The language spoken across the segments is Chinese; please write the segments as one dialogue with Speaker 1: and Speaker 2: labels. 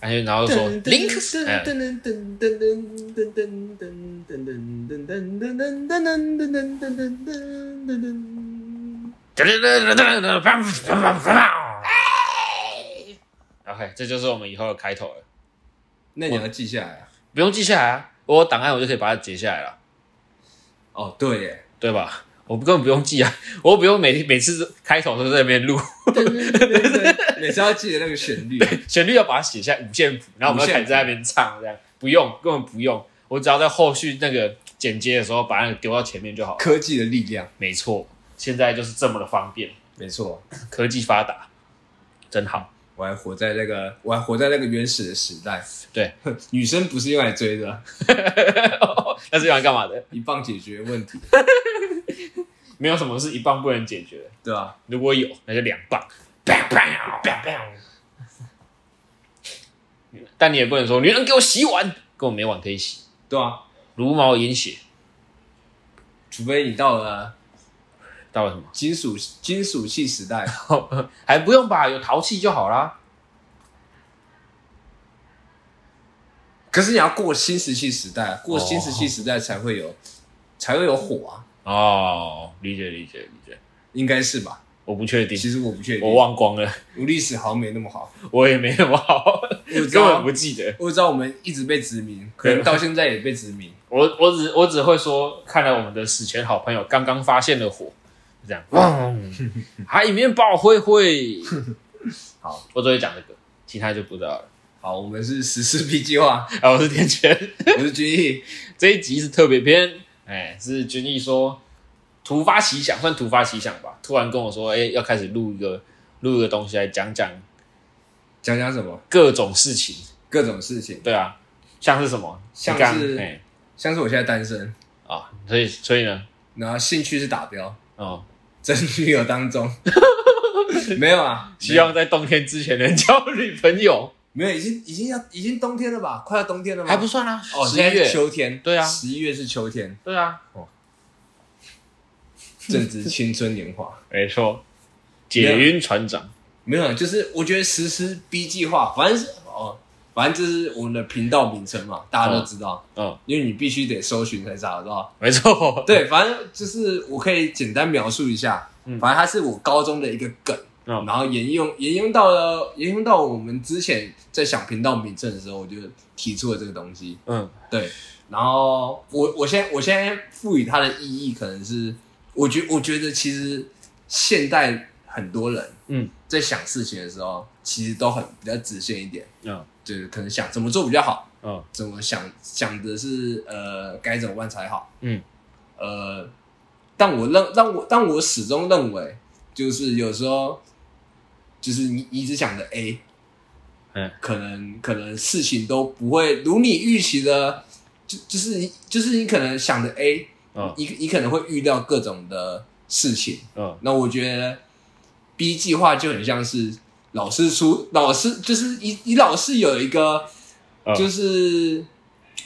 Speaker 1: 而且然后就说 Link，哎噔噔噔噔噔噔，砰砰砰砰砰 OK，这就是我们以后的开头了，
Speaker 2: 那你要记下来啊。
Speaker 1: 不用记下来啊，我有档案我就可以把它截下来了，
Speaker 2: 哦，对耶，
Speaker 1: 对吧？我根本不用记啊，我不用每每次开头都在那边录，
Speaker 2: 每次要记得那个旋律。
Speaker 1: 旋律要把它写下五线谱，然后我们要开始在那边唱，这样不用，根本不用，我只要在后续那个剪接的时候把那个丢到前面就好了。
Speaker 2: 科技的力量，
Speaker 1: 没错，现在就是这么的方便，
Speaker 2: 没错，
Speaker 1: 科技发达，真好。
Speaker 2: 我还活在那个，我还活在那个原始的时代。
Speaker 1: 对，
Speaker 2: 女生不是用来追的，
Speaker 1: 那是用来干嘛的？
Speaker 2: 一棒解决问题，
Speaker 1: 没有什么是一棒不能解决的，
Speaker 2: 对吧？
Speaker 1: 如果有那就两棒，bang bang bang bang。但你也不能说女人给我洗碗，根本没碗可以洗，
Speaker 2: 对啊，
Speaker 1: 茹毛饮血。
Speaker 2: 除非你到了
Speaker 1: 到了什么？
Speaker 2: 金属金属器时代，
Speaker 1: 还不用吧，有淘气就好啦。
Speaker 2: 可是你要过新石器时代，过
Speaker 1: 哦
Speaker 2: 新石器时代才会有，才会有火啊，
Speaker 1: 哦，理解理解理解，
Speaker 2: 应该是吧？
Speaker 1: 我不确定，
Speaker 2: 其实我不确定，
Speaker 1: 我忘光了，
Speaker 2: 我历史好像没那么好，
Speaker 1: 我也没那么好，
Speaker 2: 我知
Speaker 1: 根本
Speaker 2: 道
Speaker 1: 不，记得。
Speaker 2: 我知道我们一直被殖民， 可能到现在也被殖民。
Speaker 1: 我我只我只会说，看来我们的死前好朋友刚刚发现了火，就这样，汪，
Speaker 2: 嗯
Speaker 1: 海面爆灰灰。
Speaker 2: 好，
Speaker 1: 我只会讲这个，其他就不知道了。
Speaker 2: 好，我们是十四 P 计划，
Speaker 1: 啊，我是天权，
Speaker 2: 我是君毅，
Speaker 1: 这一集是特别篇，哎，是君毅说突发奇想，算突发奇想吧，突然跟我说，哎，要开始录一个录一个东西来讲讲
Speaker 2: 讲讲什么？
Speaker 1: 各种事情。
Speaker 2: 各种事情，
Speaker 1: 对啊，像是什么？
Speaker 2: 像
Speaker 1: 你刚
Speaker 2: 是
Speaker 1: 哎
Speaker 2: 像是我现在单身，
Speaker 1: 啊，所以所以呢，
Speaker 2: 然后兴趣是打标，
Speaker 1: 哦，
Speaker 2: 真女友 当中，没有啊，
Speaker 1: 希望在冬天之前能 交女朋友，
Speaker 2: 没有，已经已经要已经冬天了吧？快要冬天了吗？
Speaker 1: 还不算啊，
Speaker 2: 哦，
Speaker 1: 十
Speaker 2: 现
Speaker 1: 一
Speaker 2: 在是
Speaker 1: 月，
Speaker 2: 秋天，
Speaker 1: 对啊
Speaker 2: 十一月是秋天，
Speaker 1: 对啊，
Speaker 2: 正值青春年华。
Speaker 1: 没错，解晕船长，
Speaker 2: 没有，就是我觉得实施 B 计划，反正是哦，反正这是我们的频道名称嘛，大家都知道，
Speaker 1: 嗯，
Speaker 2: 因为你必须得搜寻才找得到。
Speaker 1: 没错，
Speaker 2: 对，反正就是我可以简单描述一下，
Speaker 1: 嗯
Speaker 2: 反正它是我高中的一个梗，
Speaker 1: 嗯
Speaker 2: 然后沿用沿用到了沿用到我们之前在想频道名称的时候，我就提出了这个东西。
Speaker 1: 嗯，
Speaker 2: 对，然后我我现在我现在赋予它的意义，可能是我觉我觉得其实现代很多人
Speaker 1: 嗯
Speaker 2: 在想事情的时候，其实都很比较直线一点，
Speaker 1: 嗯
Speaker 2: 就是可能想怎么做比较好，
Speaker 1: 嗯
Speaker 2: 怎么想想的是呃该怎么办才好，
Speaker 1: 嗯，
Speaker 2: 呃，但我认让我但我始终认为，就是有时候就是你你只想着 A，
Speaker 1: 嗯，
Speaker 2: 可能可能事情都不会如你预期的，就就是你就是你可能想着 A，、
Speaker 1: 嗯
Speaker 2: 你你可能会预料各种的事情，
Speaker 1: 嗯，
Speaker 2: 那我觉得 B 计划就很像是老师出老师，就是你你老师有一个，
Speaker 1: 嗯
Speaker 2: 就是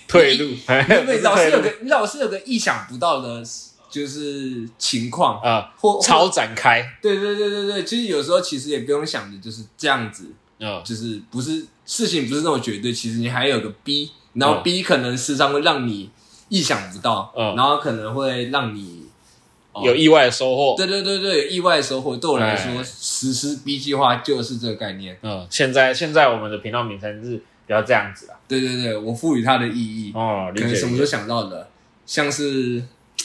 Speaker 1: 退 路，
Speaker 2: 对不对？老师有
Speaker 1: 个
Speaker 2: 个你老师有个意想不到的，就是情况，
Speaker 1: 啊，
Speaker 2: 或
Speaker 1: 超
Speaker 2: 或
Speaker 1: 展开，
Speaker 2: 对对对对对，其实有时候其实也不用想的就是这样子，
Speaker 1: 嗯
Speaker 2: 就是不是事情不是那么绝对，其实你还有个 B，然后
Speaker 1: 嗯
Speaker 2: B 可能时常会让你意想不到，
Speaker 1: 嗯
Speaker 2: 然后可能会让你哦
Speaker 1: 有意外的收获，
Speaker 2: 对对对对，有意外收获对我来说，
Speaker 1: 哎
Speaker 2: 实施 B 计划就是这个概念。
Speaker 1: 嗯，现在现在我们的频道名称是不要这样子啦，
Speaker 2: 对对对，我赋予它的意义，
Speaker 1: 哦，理
Speaker 2: 可能
Speaker 1: 解
Speaker 2: 什么
Speaker 1: 理
Speaker 2: 时候
Speaker 1: 解，
Speaker 2: 想到的，像是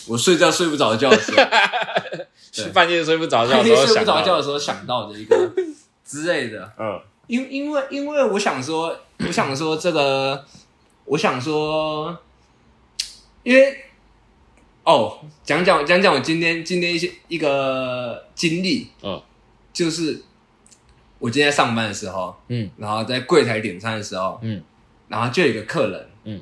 Speaker 2: 我睡觉睡不着觉的时候，
Speaker 1: 是
Speaker 2: 对
Speaker 1: 半夜 睡不着觉
Speaker 2: 半
Speaker 1: 的
Speaker 2: 夜
Speaker 1: 时候
Speaker 2: 睡
Speaker 1: 想
Speaker 2: 不着
Speaker 1: 到
Speaker 2: 觉
Speaker 1: 的，
Speaker 2: 的时候想到的一个之类的。
Speaker 1: 嗯
Speaker 2: 因因为因为我想说，我想说这个，我想说，因为哦，讲讲讲讲我今天今天一些一个经历，
Speaker 1: 嗯
Speaker 2: 就是我今天上班的时候，
Speaker 1: 嗯，
Speaker 2: 然后在柜台点餐的时候，
Speaker 1: 嗯，
Speaker 2: 然后就有一个客人，
Speaker 1: 嗯，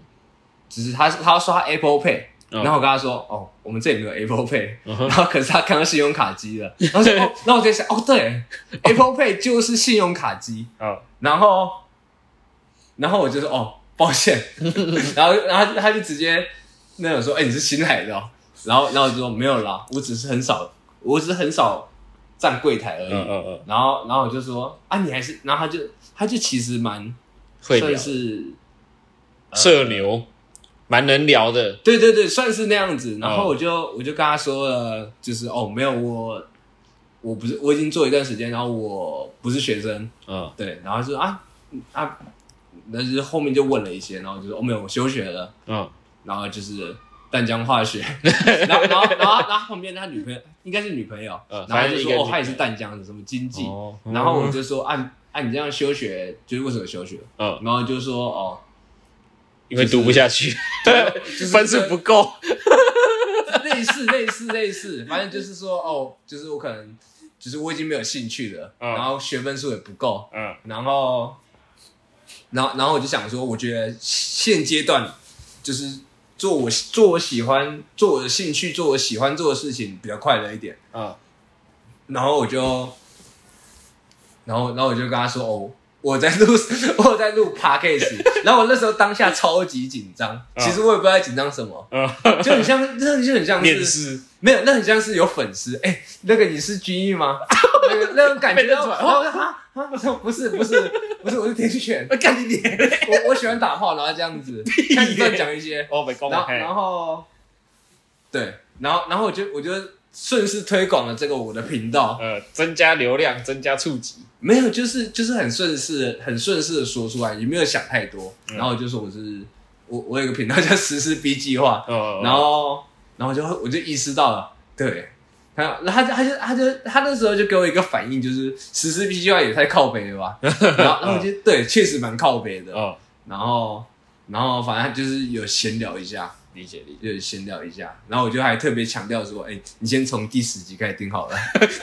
Speaker 2: 只是他他刷 Apple Pay，、
Speaker 1: 嗯
Speaker 2: 然后我跟他说，哦，我们这里没有 Apple Pay，、
Speaker 1: 嗯哼
Speaker 2: 然后可是他看到信用卡机了，然后说，哦，然后我在想，哦， 对，Apple Pay 就是信用卡机，
Speaker 1: 嗯
Speaker 2: 然后，然后我就说，哦，抱歉，然后然后他他就直接那种说，哎、你是新来的、哦，然后然后我就说没有啦，我只是很少，我只是很少站柜台而已，
Speaker 1: 嗯嗯嗯，
Speaker 2: 然后然后我就说啊，你还是，然后他就他就其实蛮嗯
Speaker 1: 会
Speaker 2: 算
Speaker 1: 聊
Speaker 2: 是
Speaker 1: 社牛，蛮能聊的。
Speaker 2: 对对对，算是那样子。然
Speaker 1: 哦
Speaker 2: 后我就、我就跟他说了，就是哦，没有我，我不是我已经做一段时间，然后我不是学生，
Speaker 1: 嗯
Speaker 2: 对。然后他说啊啊，那就是后面就问了一些，然后就说哦没有，我休学了，
Speaker 1: 嗯，
Speaker 2: 然后就是淡江 化学，然后然后然后然后他旁边他女朋友应该是女朋友，
Speaker 1: 嗯
Speaker 2: 然后
Speaker 1: 反
Speaker 2: 他
Speaker 1: 正
Speaker 2: 就
Speaker 1: 一
Speaker 2: 说
Speaker 1: 个
Speaker 2: 哦
Speaker 1: 女
Speaker 2: 他也是淡江的什么经济，
Speaker 1: 哦
Speaker 2: 然后我就说啊啊你这样休学就是为什么休学？
Speaker 1: 嗯，
Speaker 2: 然后就说哦，
Speaker 1: 因为读不下去，
Speaker 2: 就是
Speaker 1: 分数不够。
Speaker 2: 类似类似类似，反正就是说哦，就是我可能就是我已经没有兴趣了，
Speaker 1: 嗯
Speaker 2: 然后学分数也不够，
Speaker 1: 嗯
Speaker 2: 然后，然后然后我就想说，我觉得现阶段就是做我做我喜欢做我的兴趣做我喜欢做的事情比较快乐一点，
Speaker 1: 嗯
Speaker 2: 然后我就，然后然后我就跟他说哦。我在录， 我在录 podcast，然后我那时候当下超级紧张，
Speaker 1: 嗯
Speaker 2: 其实我也不知道在紧张什么，
Speaker 1: 嗯，
Speaker 2: 就很像，那就很像
Speaker 1: 面
Speaker 2: 是
Speaker 1: 试
Speaker 2: 没有，那很像是有粉丝，哎、那个你是军 艺吗？那个那种感觉，
Speaker 1: 被认
Speaker 2: 然
Speaker 1: 出
Speaker 2: 后
Speaker 1: 来
Speaker 2: 然后我说啊啊，我说不是不是不是，我是天选，
Speaker 1: 干你脸！
Speaker 2: 我我喜欢打炮，然后这 样子，开始乱讲一些，
Speaker 1: 哦，被攻
Speaker 2: 然后然后对，然后然后我就我就顺势推广了这个我的频道，
Speaker 1: 呃，增加流量，增加触及。
Speaker 2: 没有，就是就是很顺势很顺势的说出来，也没有想太多，
Speaker 1: 嗯
Speaker 2: 然后我就说我是我我有一个频道叫实施 B 计划，
Speaker 1: 嗯，
Speaker 2: 然后，然后我就我就意识到了，对，他他他就他就他那时候就给我一个反应，就是实施 B 计划也太靠北了吧，然后然后我就对，确实蛮靠北的，
Speaker 1: 嗯，
Speaker 2: 然后然后反正就是有闲聊一下，
Speaker 1: 理解理解。
Speaker 2: 就是闲聊一下，然后我就还特别强调说，哎，你先从第十集开始听好了，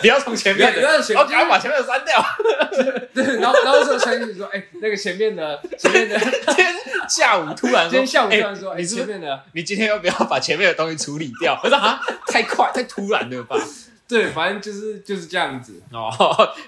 Speaker 1: 不要从前面的，
Speaker 2: 不要不要从前面
Speaker 1: 然后赶快把前面的删掉。
Speaker 2: 对，然后然后说陈宇说，哎，那个前面的前面的今
Speaker 1: 今天下午突然说，
Speaker 2: 天下午突然
Speaker 1: 哎
Speaker 2: 说，哎，
Speaker 1: 你是不
Speaker 2: 前
Speaker 1: 是
Speaker 2: 面的
Speaker 1: 你今天要不要把前面的东西处理掉？我说啊，太快太突然了吧？
Speaker 2: 对，反正就是就是这样子，
Speaker 1: 哦，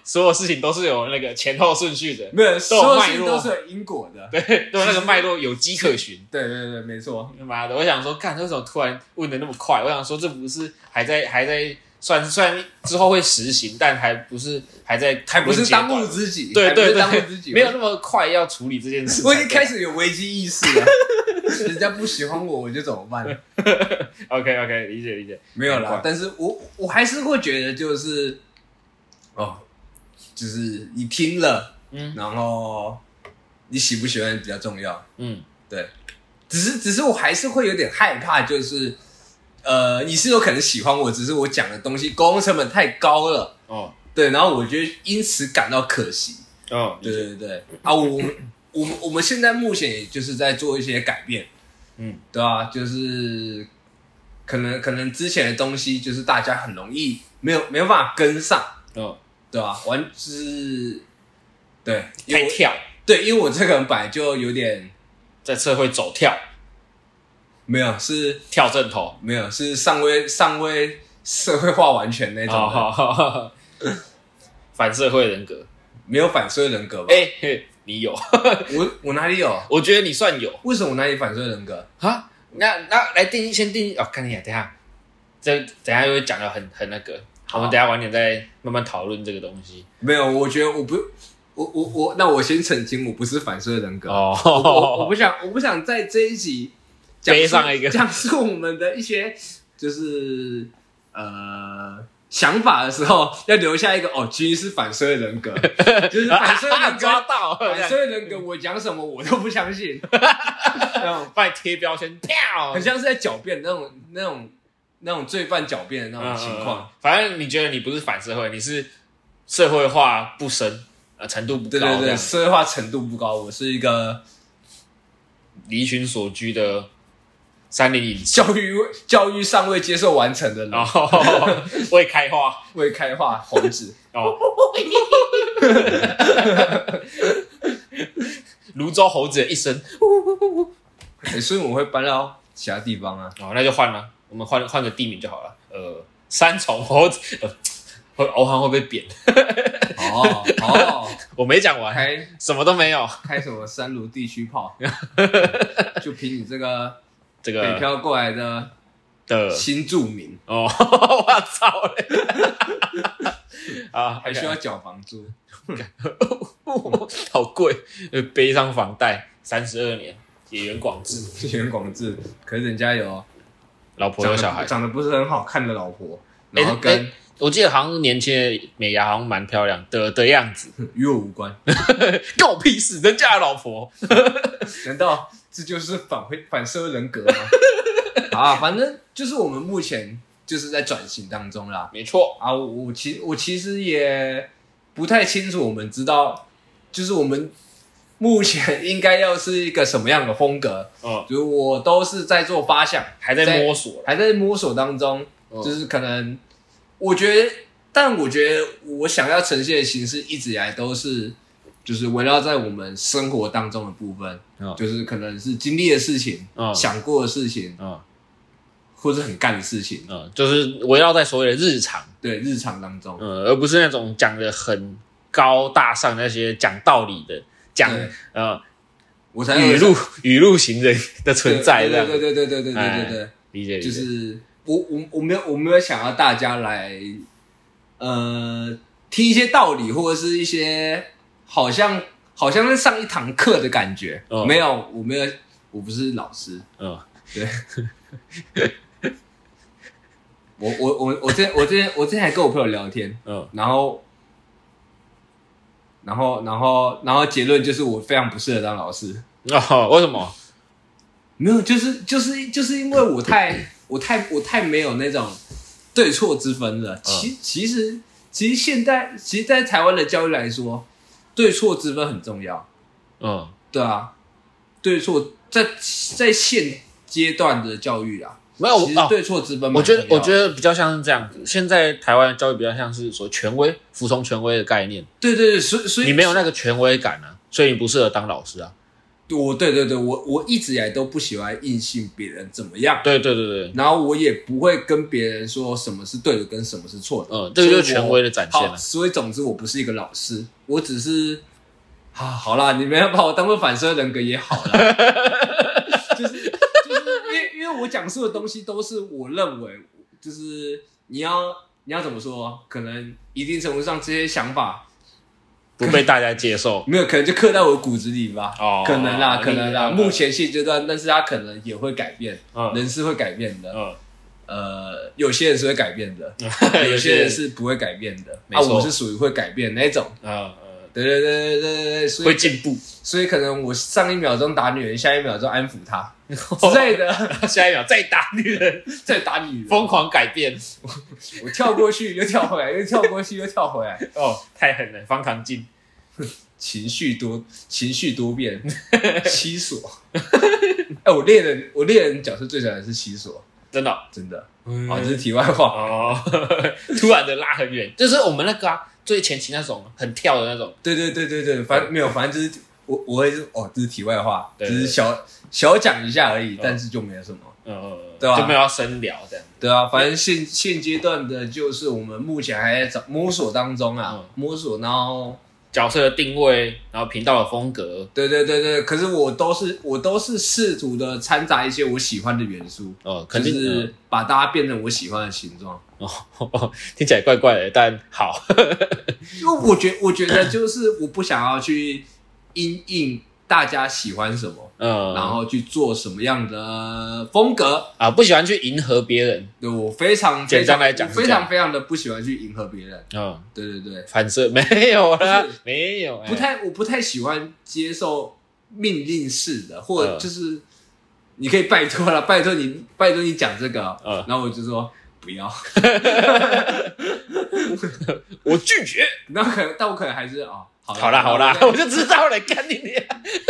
Speaker 1: 所有事情都是有那个前后顺序的，
Speaker 2: 没有，所有事
Speaker 1: 脉
Speaker 2: 情
Speaker 1: 络
Speaker 2: 都是有因果的，
Speaker 1: 对， 都有那个脉络有迹可循。
Speaker 2: 对对对，没错。
Speaker 1: 妈的，我想说，看为什么突然问的那么快？我想说，这不是还在还在算算之后会实行，但还不是还在还
Speaker 2: 不是当务之急，
Speaker 1: 对
Speaker 2: 还不
Speaker 1: 对
Speaker 2: 是
Speaker 1: 对，
Speaker 2: 当务之急，
Speaker 1: 没有那么快要处理这件事。
Speaker 2: 我，我已经开始有危机意识 了。人家不喜欢我，我就怎么办？
Speaker 1: OK OK，理解理解。
Speaker 2: 没有
Speaker 1: 难怪
Speaker 2: 啦，但是我我还是会觉得就是，哦，就是你听了，
Speaker 1: 嗯
Speaker 2: 然后你喜不喜欢比较重要。
Speaker 1: 嗯
Speaker 2: 只是只是我还是会有点害怕，就是呃，你是有可能喜欢我，只是我讲的东西沟通成本太高了，
Speaker 1: 哦
Speaker 2: 对，然后我就因此感到可惜。
Speaker 1: 哦，
Speaker 2: 对对对啊，我我们我们现在目前也就是在做一些改变，
Speaker 1: 嗯，
Speaker 2: 对啊，就是可能可能之前的东西就是大家很容易没有没有办法跟上，
Speaker 1: 哦，
Speaker 2: 对吧、完就是对，因为
Speaker 1: 太
Speaker 2: 我
Speaker 1: 跳，
Speaker 2: 对，因为我这个人本来就有点
Speaker 1: 在社会走跳，
Speaker 2: 没有是
Speaker 1: 跳正头。
Speaker 2: 没有是尚未尚未社会化完全那种
Speaker 1: 哦
Speaker 2: 的，
Speaker 1: 好好好， 反社会人格。
Speaker 2: 没有反社会人格吧？
Speaker 1: 哎、嘿你有？
Speaker 2: 我我哪里有？
Speaker 1: 我觉得你算有
Speaker 2: 为什么我哪里反社会人格？
Speaker 1: 啊。那那来定义，先定义哦。看你啊，等一下，这等一下又会讲的很很那个。我们等一下晚点再慢慢讨论这个东西。
Speaker 2: 没有，我觉得我不，我我我，那我先澄清，我不是反社会人格。
Speaker 1: 哦，
Speaker 2: 我我 不想，我不想在这一集讲述
Speaker 1: 背上一个
Speaker 2: 讲述我们的一些就是呃想法的时候，要留下一个哦，其实是反社会 人格，就是反社会
Speaker 1: 啊
Speaker 2: 人
Speaker 1: 抓
Speaker 2: 格，
Speaker 1: 到了，
Speaker 2: 反社会人格，我讲什么我都不相信，那种
Speaker 1: 帮你贴标签，跳，
Speaker 2: 很像是在狡辩那种那种那种罪犯狡辩的那
Speaker 1: 嗯
Speaker 2: 种情况。。
Speaker 1: 嗯嗯反正你觉得你不是反社会，你是社会化不深，呃，程度不
Speaker 2: 对
Speaker 1: 高，
Speaker 2: 对
Speaker 1: 这
Speaker 2: 对，
Speaker 1: 样
Speaker 2: 社会化程度不高，我是一个
Speaker 1: 离群所居的山林隐士。
Speaker 2: 教育教育尚未接受完成的人，
Speaker 1: 然后
Speaker 2: 哦
Speaker 1: 未开花
Speaker 2: 未开化猴 子。
Speaker 1: 哦， 泸州猴子的一生
Speaker 2: 欸，所以我会搬到其他地方啊。
Speaker 1: 哦，那就换了，我们换换个地名就好了。呃，三重猴子，呃，会欧航会被扁。
Speaker 2: 哦哦，
Speaker 1: 我没讲完，
Speaker 2: 开
Speaker 1: 什么都没有。
Speaker 2: 开什么三卢地区炮， 就凭你这个
Speaker 1: 这
Speaker 2: 北
Speaker 1: 个
Speaker 2: 漂过来的
Speaker 1: 的
Speaker 2: 新住民，
Speaker 1: 哦，我操嘞！ 啊，
Speaker 2: 还需要缴房租。
Speaker 1: 好贵，呃背上房贷三十二年，野原广志，
Speaker 2: 袁广志，可是人家有
Speaker 1: 老婆
Speaker 2: 长
Speaker 1: 有
Speaker 2: 得
Speaker 1: 小孩，
Speaker 2: 长得不是很好看的老婆，
Speaker 1: 哎
Speaker 2: 然后跟
Speaker 1: 哎我记得好像年轻的美牙好像蛮漂亮的的样子，
Speaker 2: 与我无关。
Speaker 1: 跟我屁事，人家的老婆。
Speaker 2: 难道这就是反会反社会人格 吗？啊，反正就是我们目前就是在转型当中啦。
Speaker 1: 没错，
Speaker 2: 啊，我我其我其实也不太清楚，我们知道就是我们目前应该要是一个什么样的风格，
Speaker 1: 嗯，
Speaker 2: 就是我都是在做发想，
Speaker 1: 还在摸索啦
Speaker 2: 还在摸索当中，
Speaker 1: 嗯
Speaker 2: 就是可能我觉得，但我觉得我想要呈现的形式一直以来都是，就是围绕在我们生活当中的部分，
Speaker 1: 嗯
Speaker 2: 就是可能是经历的事情、
Speaker 1: 嗯
Speaker 2: 想过的事情，
Speaker 1: 嗯
Speaker 2: 或者很干的事情，
Speaker 1: 嗯，就是围绕在所谓的日常，
Speaker 2: 对日常当中，
Speaker 1: 嗯，而不是那种讲的很高大上那些讲道理的，讲
Speaker 2: 对
Speaker 1: 呃
Speaker 2: 我才
Speaker 1: 语 录语录型人的存在这
Speaker 2: 对
Speaker 1: 样，
Speaker 2: 对对对对对对对对对，
Speaker 1: 理解理解，
Speaker 2: 就是我我我没有我没有想要大家来，呃，听一些道理或者是一些好像好像在上一堂课的感觉。
Speaker 1: 嗯
Speaker 2: 没有，我没有，我不是老师，
Speaker 1: 嗯，
Speaker 2: 我我我我之前我之前我之前还跟我朋友聊天，
Speaker 1: 嗯
Speaker 2: 然后。然后，然后，然后结论就是我非常不适合当老师。
Speaker 1: 哦，为什么？
Speaker 2: 没有，就是就是就是因为我太我太我太没有那种对错之分
Speaker 1: 嗯
Speaker 2: 了。其、其实其实现在其实，在台湾的教育来说，对错之分很重要。
Speaker 1: 嗯
Speaker 2: 对啊，对错在在现阶段的教育啊，
Speaker 1: 没有我
Speaker 2: 其
Speaker 1: 哦
Speaker 2: 实对错之分
Speaker 1: 我
Speaker 2: 蛮
Speaker 1: 觉
Speaker 2: 重要的、
Speaker 1: 得，我觉得比较像是这样子。现在台湾的教育比较像是说权威、服从权威的概念，
Speaker 2: 对对对，所以所以
Speaker 1: 你没有那个权威感啊，所以你不适合当老师啊。
Speaker 2: 我对对对，我我一直以来都不喜欢硬性别人怎么样。
Speaker 1: 对对对对，
Speaker 2: 然后我也不会跟别人说什么是对的，跟什么是错的。
Speaker 1: 嗯，这个就是
Speaker 2: 所以我
Speaker 1: 权威的展现
Speaker 2: 好，
Speaker 1: 了。
Speaker 2: 所以总之我不是一个老师，我只是啊，好啦，你们要把我当做反社会人格也好 啦，就是就是因为因为我讲述的东西都是我认为，就是你要你要怎么说，可能一定程度上这些想法
Speaker 1: 不被大家接 受。
Speaker 2: 没有，可能就刻在我的骨子里吧，
Speaker 1: 哦
Speaker 2: 可能啦，可能啦，
Speaker 1: 嗯
Speaker 2: 目前现阶段，但是他可能也会改变，
Speaker 1: 嗯
Speaker 2: 人是会改 变的，
Speaker 1: 嗯，
Speaker 2: 呃，有些人是会改变的，有些人是不会改变的，
Speaker 1: 没
Speaker 2: 啊，
Speaker 1: 错
Speaker 2: 我是属于会改变的那种。
Speaker 1: 嗯嗯，
Speaker 2: 对对对对对对对，所
Speaker 1: 会
Speaker 2: 以
Speaker 1: 进步，
Speaker 2: 所以可能我上一秒钟打女人，下一秒钟安抚 她之类的，
Speaker 1: 下一秒再打女人，
Speaker 2: 再打女人，
Speaker 1: 疯狂改变。
Speaker 2: 我跳过去又跳回来，又跳过去又跳回来，
Speaker 1: 哦，太狠了，方唐镜。
Speaker 2: 情绪多情绪多变，西索。 哎、我猎人我猎人角色最喜欢的是西索，
Speaker 1: 真的哦
Speaker 2: 真的啊，
Speaker 1: 哦
Speaker 2: 这
Speaker 1: 这
Speaker 2: 是题外话。
Speaker 1: 哦， 突然的拉很远，就是我们那个啊，最前期那种很跳的那种，
Speaker 2: 对对对对对，反正没有，反正就是我我会是哦，这是题外话，
Speaker 1: 对
Speaker 2: 只
Speaker 1: 对
Speaker 2: 是小小讲一下而已
Speaker 1: 嗯，
Speaker 2: 但是就没有什么。
Speaker 1: 嗯，
Speaker 2: 对啊
Speaker 1: 就没有要深聊这样。
Speaker 2: 对啊，反正现现阶段的就是我们目前还在找摸索当中啊，
Speaker 1: 嗯
Speaker 2: 摸索，然后
Speaker 1: 角色的定位，然后频道的风格，
Speaker 2: 对对对对，可是我都是我都是试图的掺杂一些我喜欢的元素，
Speaker 1: 哦，
Speaker 2: 可
Speaker 1: 肯定
Speaker 2: 是把大家变成我喜欢的形状。
Speaker 1: 哦， 听起来怪怪的，但 好，嗯
Speaker 2: 因为我觉我觉得就是我不想要去因应大家喜欢什么，
Speaker 1: 嗯，
Speaker 2: 然后去做什么样的风格。
Speaker 1: 啊，不喜欢去迎合别人，
Speaker 2: 对我非常
Speaker 1: 简
Speaker 2: 非
Speaker 1: 单
Speaker 2: 常
Speaker 1: 来讲是
Speaker 2: 非
Speaker 1: 这样
Speaker 2: 常非常的不喜欢去迎合别人。
Speaker 1: 嗯，
Speaker 2: 对对对，
Speaker 1: 反射 没有啦
Speaker 2: 不是，
Speaker 1: 没有，哎
Speaker 2: 不太，我不太喜欢接受命令式的，或
Speaker 1: 嗯
Speaker 2: 者就是你可以拜托了，拜托你，拜托你讲这个，哦
Speaker 1: 嗯
Speaker 2: 然后我就说不要，
Speaker 1: 哎我拒绝，
Speaker 2: 然后可能，但我可能还是哦，好啦
Speaker 1: 好啦好啦，
Speaker 2: 那
Speaker 1: 我就知道了，干你娘，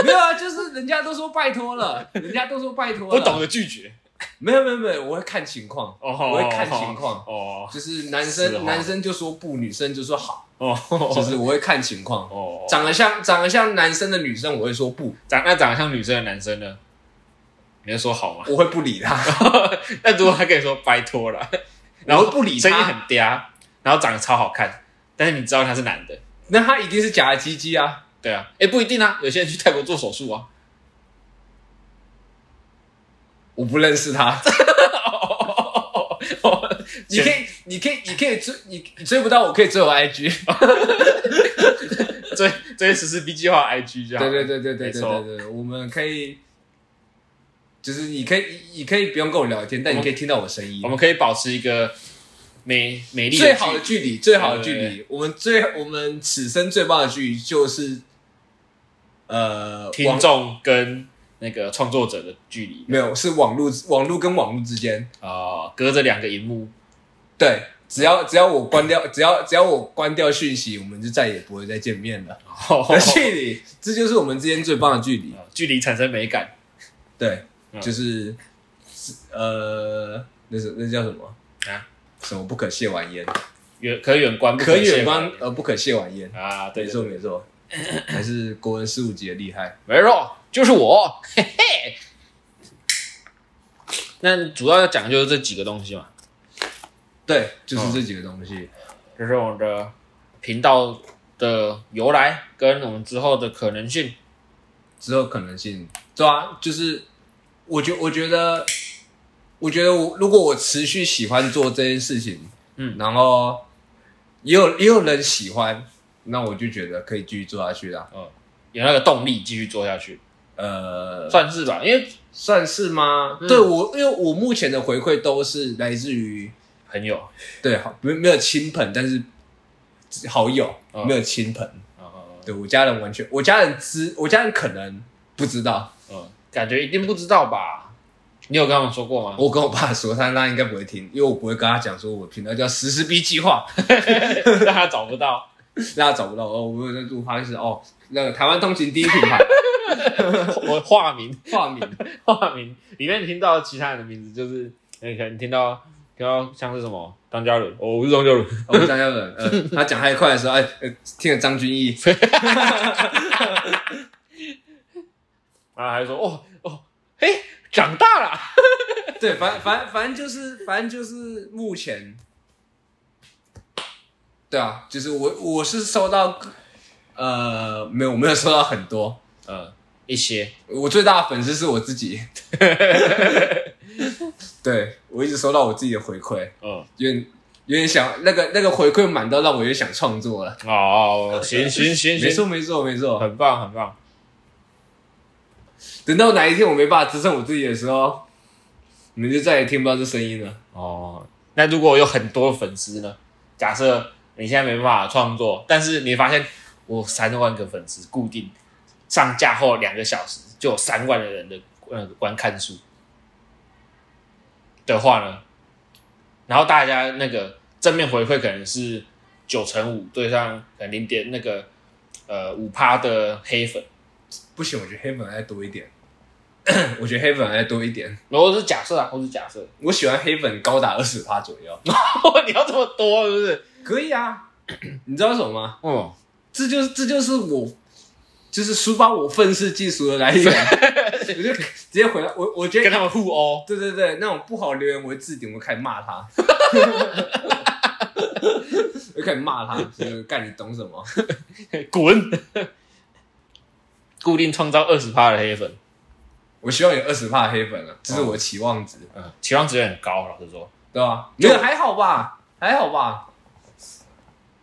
Speaker 2: 没有啊，就是人家都说拜托了，人家都说拜托
Speaker 1: 我
Speaker 2: 了，
Speaker 1: 懂得拒绝，
Speaker 2: 没有没有没有，我会看情况，
Speaker 1: 哦，
Speaker 2: 我会看情况，
Speaker 1: 哦
Speaker 2: 就是男
Speaker 1: 是哦
Speaker 2: 生男生就说不，女生就说好，
Speaker 1: 哦，
Speaker 2: 就是我会看情况，
Speaker 1: 哦，长
Speaker 2: 长得像长得像男生的女生，我会说不，
Speaker 1: 长那长得像女生的男生呢，你能说好 吗？
Speaker 2: 我会不理他，
Speaker 1: 那如果他跟你说拜托了，然
Speaker 2: 我
Speaker 1: 后
Speaker 2: 会不理
Speaker 1: 声音很
Speaker 2: 他，
Speaker 1: 嗲，然后长得超好看，但是你知道他是男的，
Speaker 2: 那他一定是假的鸡鸡啊。
Speaker 1: 对啊，哎、不一定啊，有些人去泰国做手术啊，
Speaker 2: 我不认识他，你可以，你可以，你可以追，你你追不到我，可以追我 IG。
Speaker 1: 追追实施 B 计划 IG 这样。
Speaker 2: 对对对对对
Speaker 1: 没
Speaker 2: 对
Speaker 1: 错
Speaker 2: 对对，我们可以，就是你可以，你可以不用跟我聊天，但你可以听到我声音
Speaker 1: 我。们可以保持一个美美丽的
Speaker 2: 最好的
Speaker 1: 距
Speaker 2: 距离，最好的距
Speaker 1: 对
Speaker 2: 离，我们最我们此生最棒的距离就是，呃，
Speaker 1: 听
Speaker 2: 网
Speaker 1: 众跟那个创作者的距离
Speaker 2: 没有是网络网络跟网络之间，
Speaker 1: 啊、哦隔着两个荧幕。
Speaker 2: 对，只要只要我关掉，只要只要我关掉讯息，我们就再也不会再见面 了。的距离，这就是我们之间最棒的距离。
Speaker 1: 呃 距离产生美感，
Speaker 2: 对，
Speaker 1: 嗯
Speaker 2: 就是是呃，那是那叫什么
Speaker 1: 啊？
Speaker 2: 什么不可亵玩焉？
Speaker 1: 远可远观不
Speaker 2: 可以
Speaker 1: 亵
Speaker 2: 远观
Speaker 1: 玩
Speaker 2: 而呃不可亵玩焉。
Speaker 1: 啊，对
Speaker 2: 没
Speaker 1: 对
Speaker 2: 错没错，还是国文事务级的厉害。
Speaker 1: 没错，就是我， 嘿嘿。那主要要讲的就是这几个东西嘛，
Speaker 2: 对，
Speaker 1: 嗯
Speaker 2: 就是这几个东西。
Speaker 1: 就是我们的频道的由来跟我们之后的可能性。
Speaker 2: 之后可能性，对啊，就是我觉我觉得，我觉得我如果我持续喜欢做这件事情，
Speaker 1: 嗯
Speaker 2: 然后也有也有人喜欢，那我就觉得可以继续做下去啦。
Speaker 1: 有那个动力继续做下去，
Speaker 2: 呃，
Speaker 1: 算是吧，因为
Speaker 2: 算是吗？
Speaker 1: 嗯
Speaker 2: 对我，因为我目前的回馈都是来自于
Speaker 1: 朋友，
Speaker 2: 对好没没有亲朋，但是好友
Speaker 1: 嗯
Speaker 2: 没有亲朋。
Speaker 1: 嗯
Speaker 2: 对我家人完全，我家人知，我家人可能不知道。
Speaker 1: 嗯，感觉一定不知道吧？你有跟他们说过吗？
Speaker 2: 我跟我爸说，他那应该不会听，因为我不会跟他讲说我频道叫实施 B 计划，
Speaker 1: 让他找不到，
Speaker 2: 那他找不到哦。我有在录 p o 哦，那个台湾通勤第一品牌
Speaker 1: 我化名，
Speaker 2: 化名，
Speaker 1: 化名里面听到其他人的名字，就是你可能听到听到像是什么张嘉伦，哦，我是张嘉伦，
Speaker 2: 我们张嘉伦，呃，他讲太快的时候，哎、呃听了张君毅，
Speaker 1: 啊，还说哦哦，嘿，长大了，
Speaker 2: 对，反反反正就是反正就是目前，对啊，就是我我是收到，呃，没有，我没有收到很多，
Speaker 1: 嗯，一些，
Speaker 2: 我最大的粉丝是我自己， 对我一直收到我自己的回馈。
Speaker 1: 嗯，
Speaker 2: 有点有点想那个那个回馈满到让我有点想创作了。
Speaker 1: 哦，行行行
Speaker 2: 没
Speaker 1: 行，
Speaker 2: 错没错没错，
Speaker 1: 很棒很棒，
Speaker 2: 等到哪一天我没办法支撑我自己的时候，你们就再也听不到这声音了。
Speaker 1: 哦，那如果有很多粉丝呢？假设你现在没办法创作，但是你发现我三万个粉丝固定上架后两个小时就有三万的人的呃观看数的话呢，然后大家那个正面回馈可能是九乘五对上可能零点那个呃五趴的黑粉，
Speaker 2: 不行，我觉得黑粉再多一点， 我觉得黑粉再多一点。
Speaker 1: 然后是假设啊，我是假设，
Speaker 2: 我喜欢黑粉高达二十趴左右，
Speaker 1: 你要这么多是不是？
Speaker 2: 可以啊。 你知道什么吗？
Speaker 1: 嗯，
Speaker 2: 这就是这就是我。就是抒发我愤世嫉俗的来 源，我就直接回来。我我觉
Speaker 1: 跟
Speaker 2: 得，
Speaker 1: 他们互殴。
Speaker 2: 对对对，那种不好的留言，我会置顶，我开始骂他， 我就开始骂他，就是干你懂什么？
Speaker 1: 滚！ 固定创造二十趴的黑粉，
Speaker 2: 我希望有二十帕黑粉啊了，这是我的期望值，
Speaker 1: 嗯，期望值也很高，老实说，
Speaker 2: 对
Speaker 1: 哦
Speaker 2: 吧？没有还好吧，还好吧，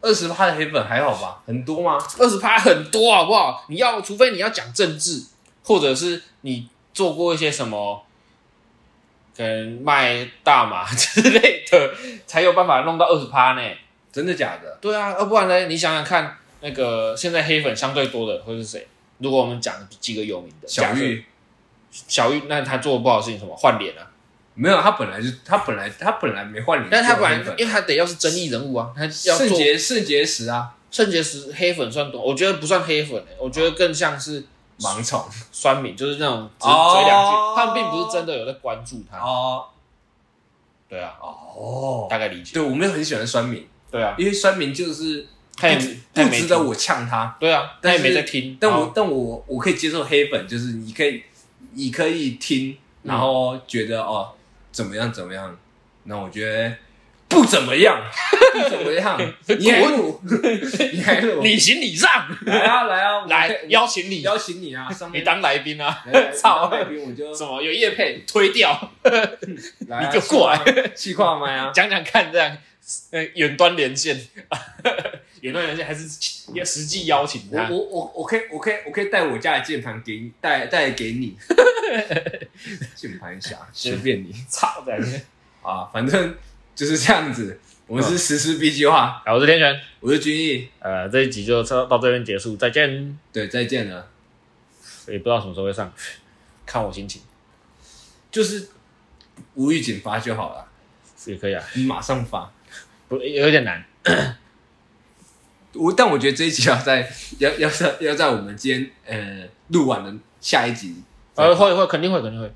Speaker 2: 二十帕的黑粉还好吧？很多吗？
Speaker 1: 二十趴很多，好不好？你要，除非你要讲政治，或者是你做过一些什么，可能卖大麻 之类的，才有办法弄到二十趴呢。
Speaker 2: 真的假的？
Speaker 1: 对啊，要不然呢？你想想看，那个现在黑粉相对多的会是谁？如果我们讲几个有名的，
Speaker 2: 小
Speaker 1: 假设，
Speaker 2: 玉
Speaker 1: 小玉，那他做的不好的事情什么？换脸啊，
Speaker 2: 没有，他本来就他本来他本来没换脸，
Speaker 1: 但是他
Speaker 2: 就有
Speaker 1: 本
Speaker 2: 黑
Speaker 1: 来，
Speaker 2: 粉
Speaker 1: 因为他得要是争议人物啊，他要
Speaker 2: 肾
Speaker 1: 做
Speaker 2: 结肾结石啊，
Speaker 1: 肾结石黑粉算多，我觉得不算黑粉、欸、我觉得更像是
Speaker 2: 盲从
Speaker 1: 酸民，就是那种只
Speaker 2: 哦
Speaker 1: 嘴两句，他们并不是真的有在关注他。
Speaker 2: 哦
Speaker 1: 对啊，
Speaker 2: 哦，
Speaker 1: 大概理解。
Speaker 2: 对我没有很喜欢酸民，
Speaker 1: 对啊，
Speaker 2: 因为酸民就是
Speaker 1: 他也
Speaker 2: 不值
Speaker 1: 他也
Speaker 2: 不
Speaker 1: 没哦
Speaker 2: 值得
Speaker 1: 听
Speaker 2: 我呛他，
Speaker 1: 对啊，他
Speaker 2: 但
Speaker 1: 也
Speaker 2: 是
Speaker 1: 没在听。
Speaker 2: 但
Speaker 1: 然
Speaker 2: 我
Speaker 1: 后
Speaker 2: 但我我可以接受黑粉，就是你可以你可以听，
Speaker 1: 嗯
Speaker 2: 然后觉得、哦怎么样怎么样，那我觉得不怎么样， 一手 为烫，你还录，你还录，
Speaker 1: 你行你上，
Speaker 2: 来啊来啊，我
Speaker 1: 来
Speaker 2: 我
Speaker 1: 邀请你，
Speaker 2: 邀请你啊，上
Speaker 1: 你
Speaker 2: 面
Speaker 1: 当来宾啊，
Speaker 2: 来来
Speaker 1: 操
Speaker 2: 来来宾我就
Speaker 1: 什么有叶配推掉，
Speaker 2: 来啊
Speaker 1: 你就过来，
Speaker 2: 气话麦 啊，
Speaker 1: 讲讲看这样，呃，远端连线， 远端连线还是也实际邀请
Speaker 2: 我
Speaker 1: 他，
Speaker 2: 我我我可以我可以我可以带我家的键盘给你带带给你， 键盘侠随 便你
Speaker 1: 操这样。
Speaker 2: 啊，反正就是这样子，我们
Speaker 1: 嗯
Speaker 2: 是实施 B 计划，
Speaker 1: 好，我是天璇，
Speaker 2: 我是君毅，
Speaker 1: 呃，这一集就到到这边结束，再见。
Speaker 2: 对，再见了，
Speaker 1: 也不知道什么时候会上，看我心情
Speaker 2: 就是无预警发就好了，
Speaker 1: 也可以啊，
Speaker 2: 你马上发。
Speaker 1: 不有点难。
Speaker 2: 我但我觉得这一集要在要要在要在我们今天呃录完的下一集，
Speaker 1: 呃，会会肯定会肯定会，